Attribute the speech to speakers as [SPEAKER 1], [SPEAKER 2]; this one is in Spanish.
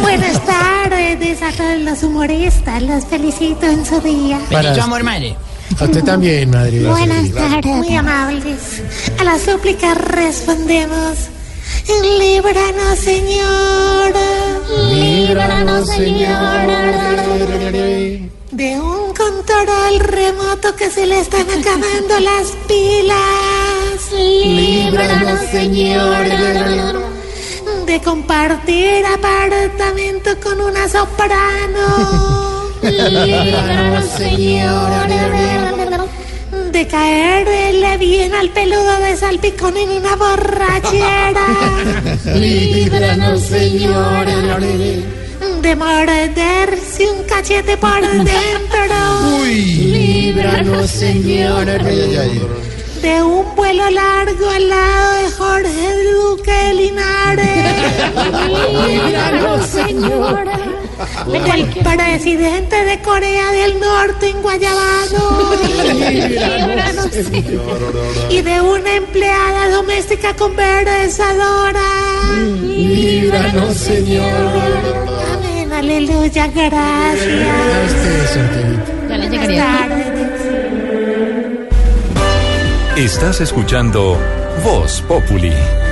[SPEAKER 1] Buenas tardes a todos los humoristas, los felicito en su día.
[SPEAKER 2] Bendito amor, madre.
[SPEAKER 3] A usted también, madre. gracias,
[SPEAKER 1] Buenas
[SPEAKER 3] gracias.
[SPEAKER 1] tardes, muy amables. A las súplicas respondemos. Líbranos, Señor.
[SPEAKER 3] Líbranos,
[SPEAKER 1] Señor.
[SPEAKER 3] Señor.
[SPEAKER 1] De un control remoto que se le están acabando las pilas.
[SPEAKER 3] Líbranos, Señor.
[SPEAKER 1] De compartir apartamento con una soprano. Líbranos, Señor. De caerle bien al peludo de salpicón en una borrachera.
[SPEAKER 3] Líbranos, Señor.
[SPEAKER 1] De morderse un cachete por dentro.
[SPEAKER 3] Líbranos, Señor.
[SPEAKER 1] De un vuelo largo al lado de Jorge Duque Linares.
[SPEAKER 3] Líbranos, Señor.
[SPEAKER 1] Del presidente de Corea del Norte en Guayabano. Y de una empleada doméstica conversadora.
[SPEAKER 3] Líbranos, Señor.
[SPEAKER 1] Amén, aleluya, gracias.
[SPEAKER 3] Ustedes son queridos.
[SPEAKER 2] Ya le
[SPEAKER 1] Buenas
[SPEAKER 2] llegaría.
[SPEAKER 1] tardes.
[SPEAKER 4] Estás escuchando Voz Populi.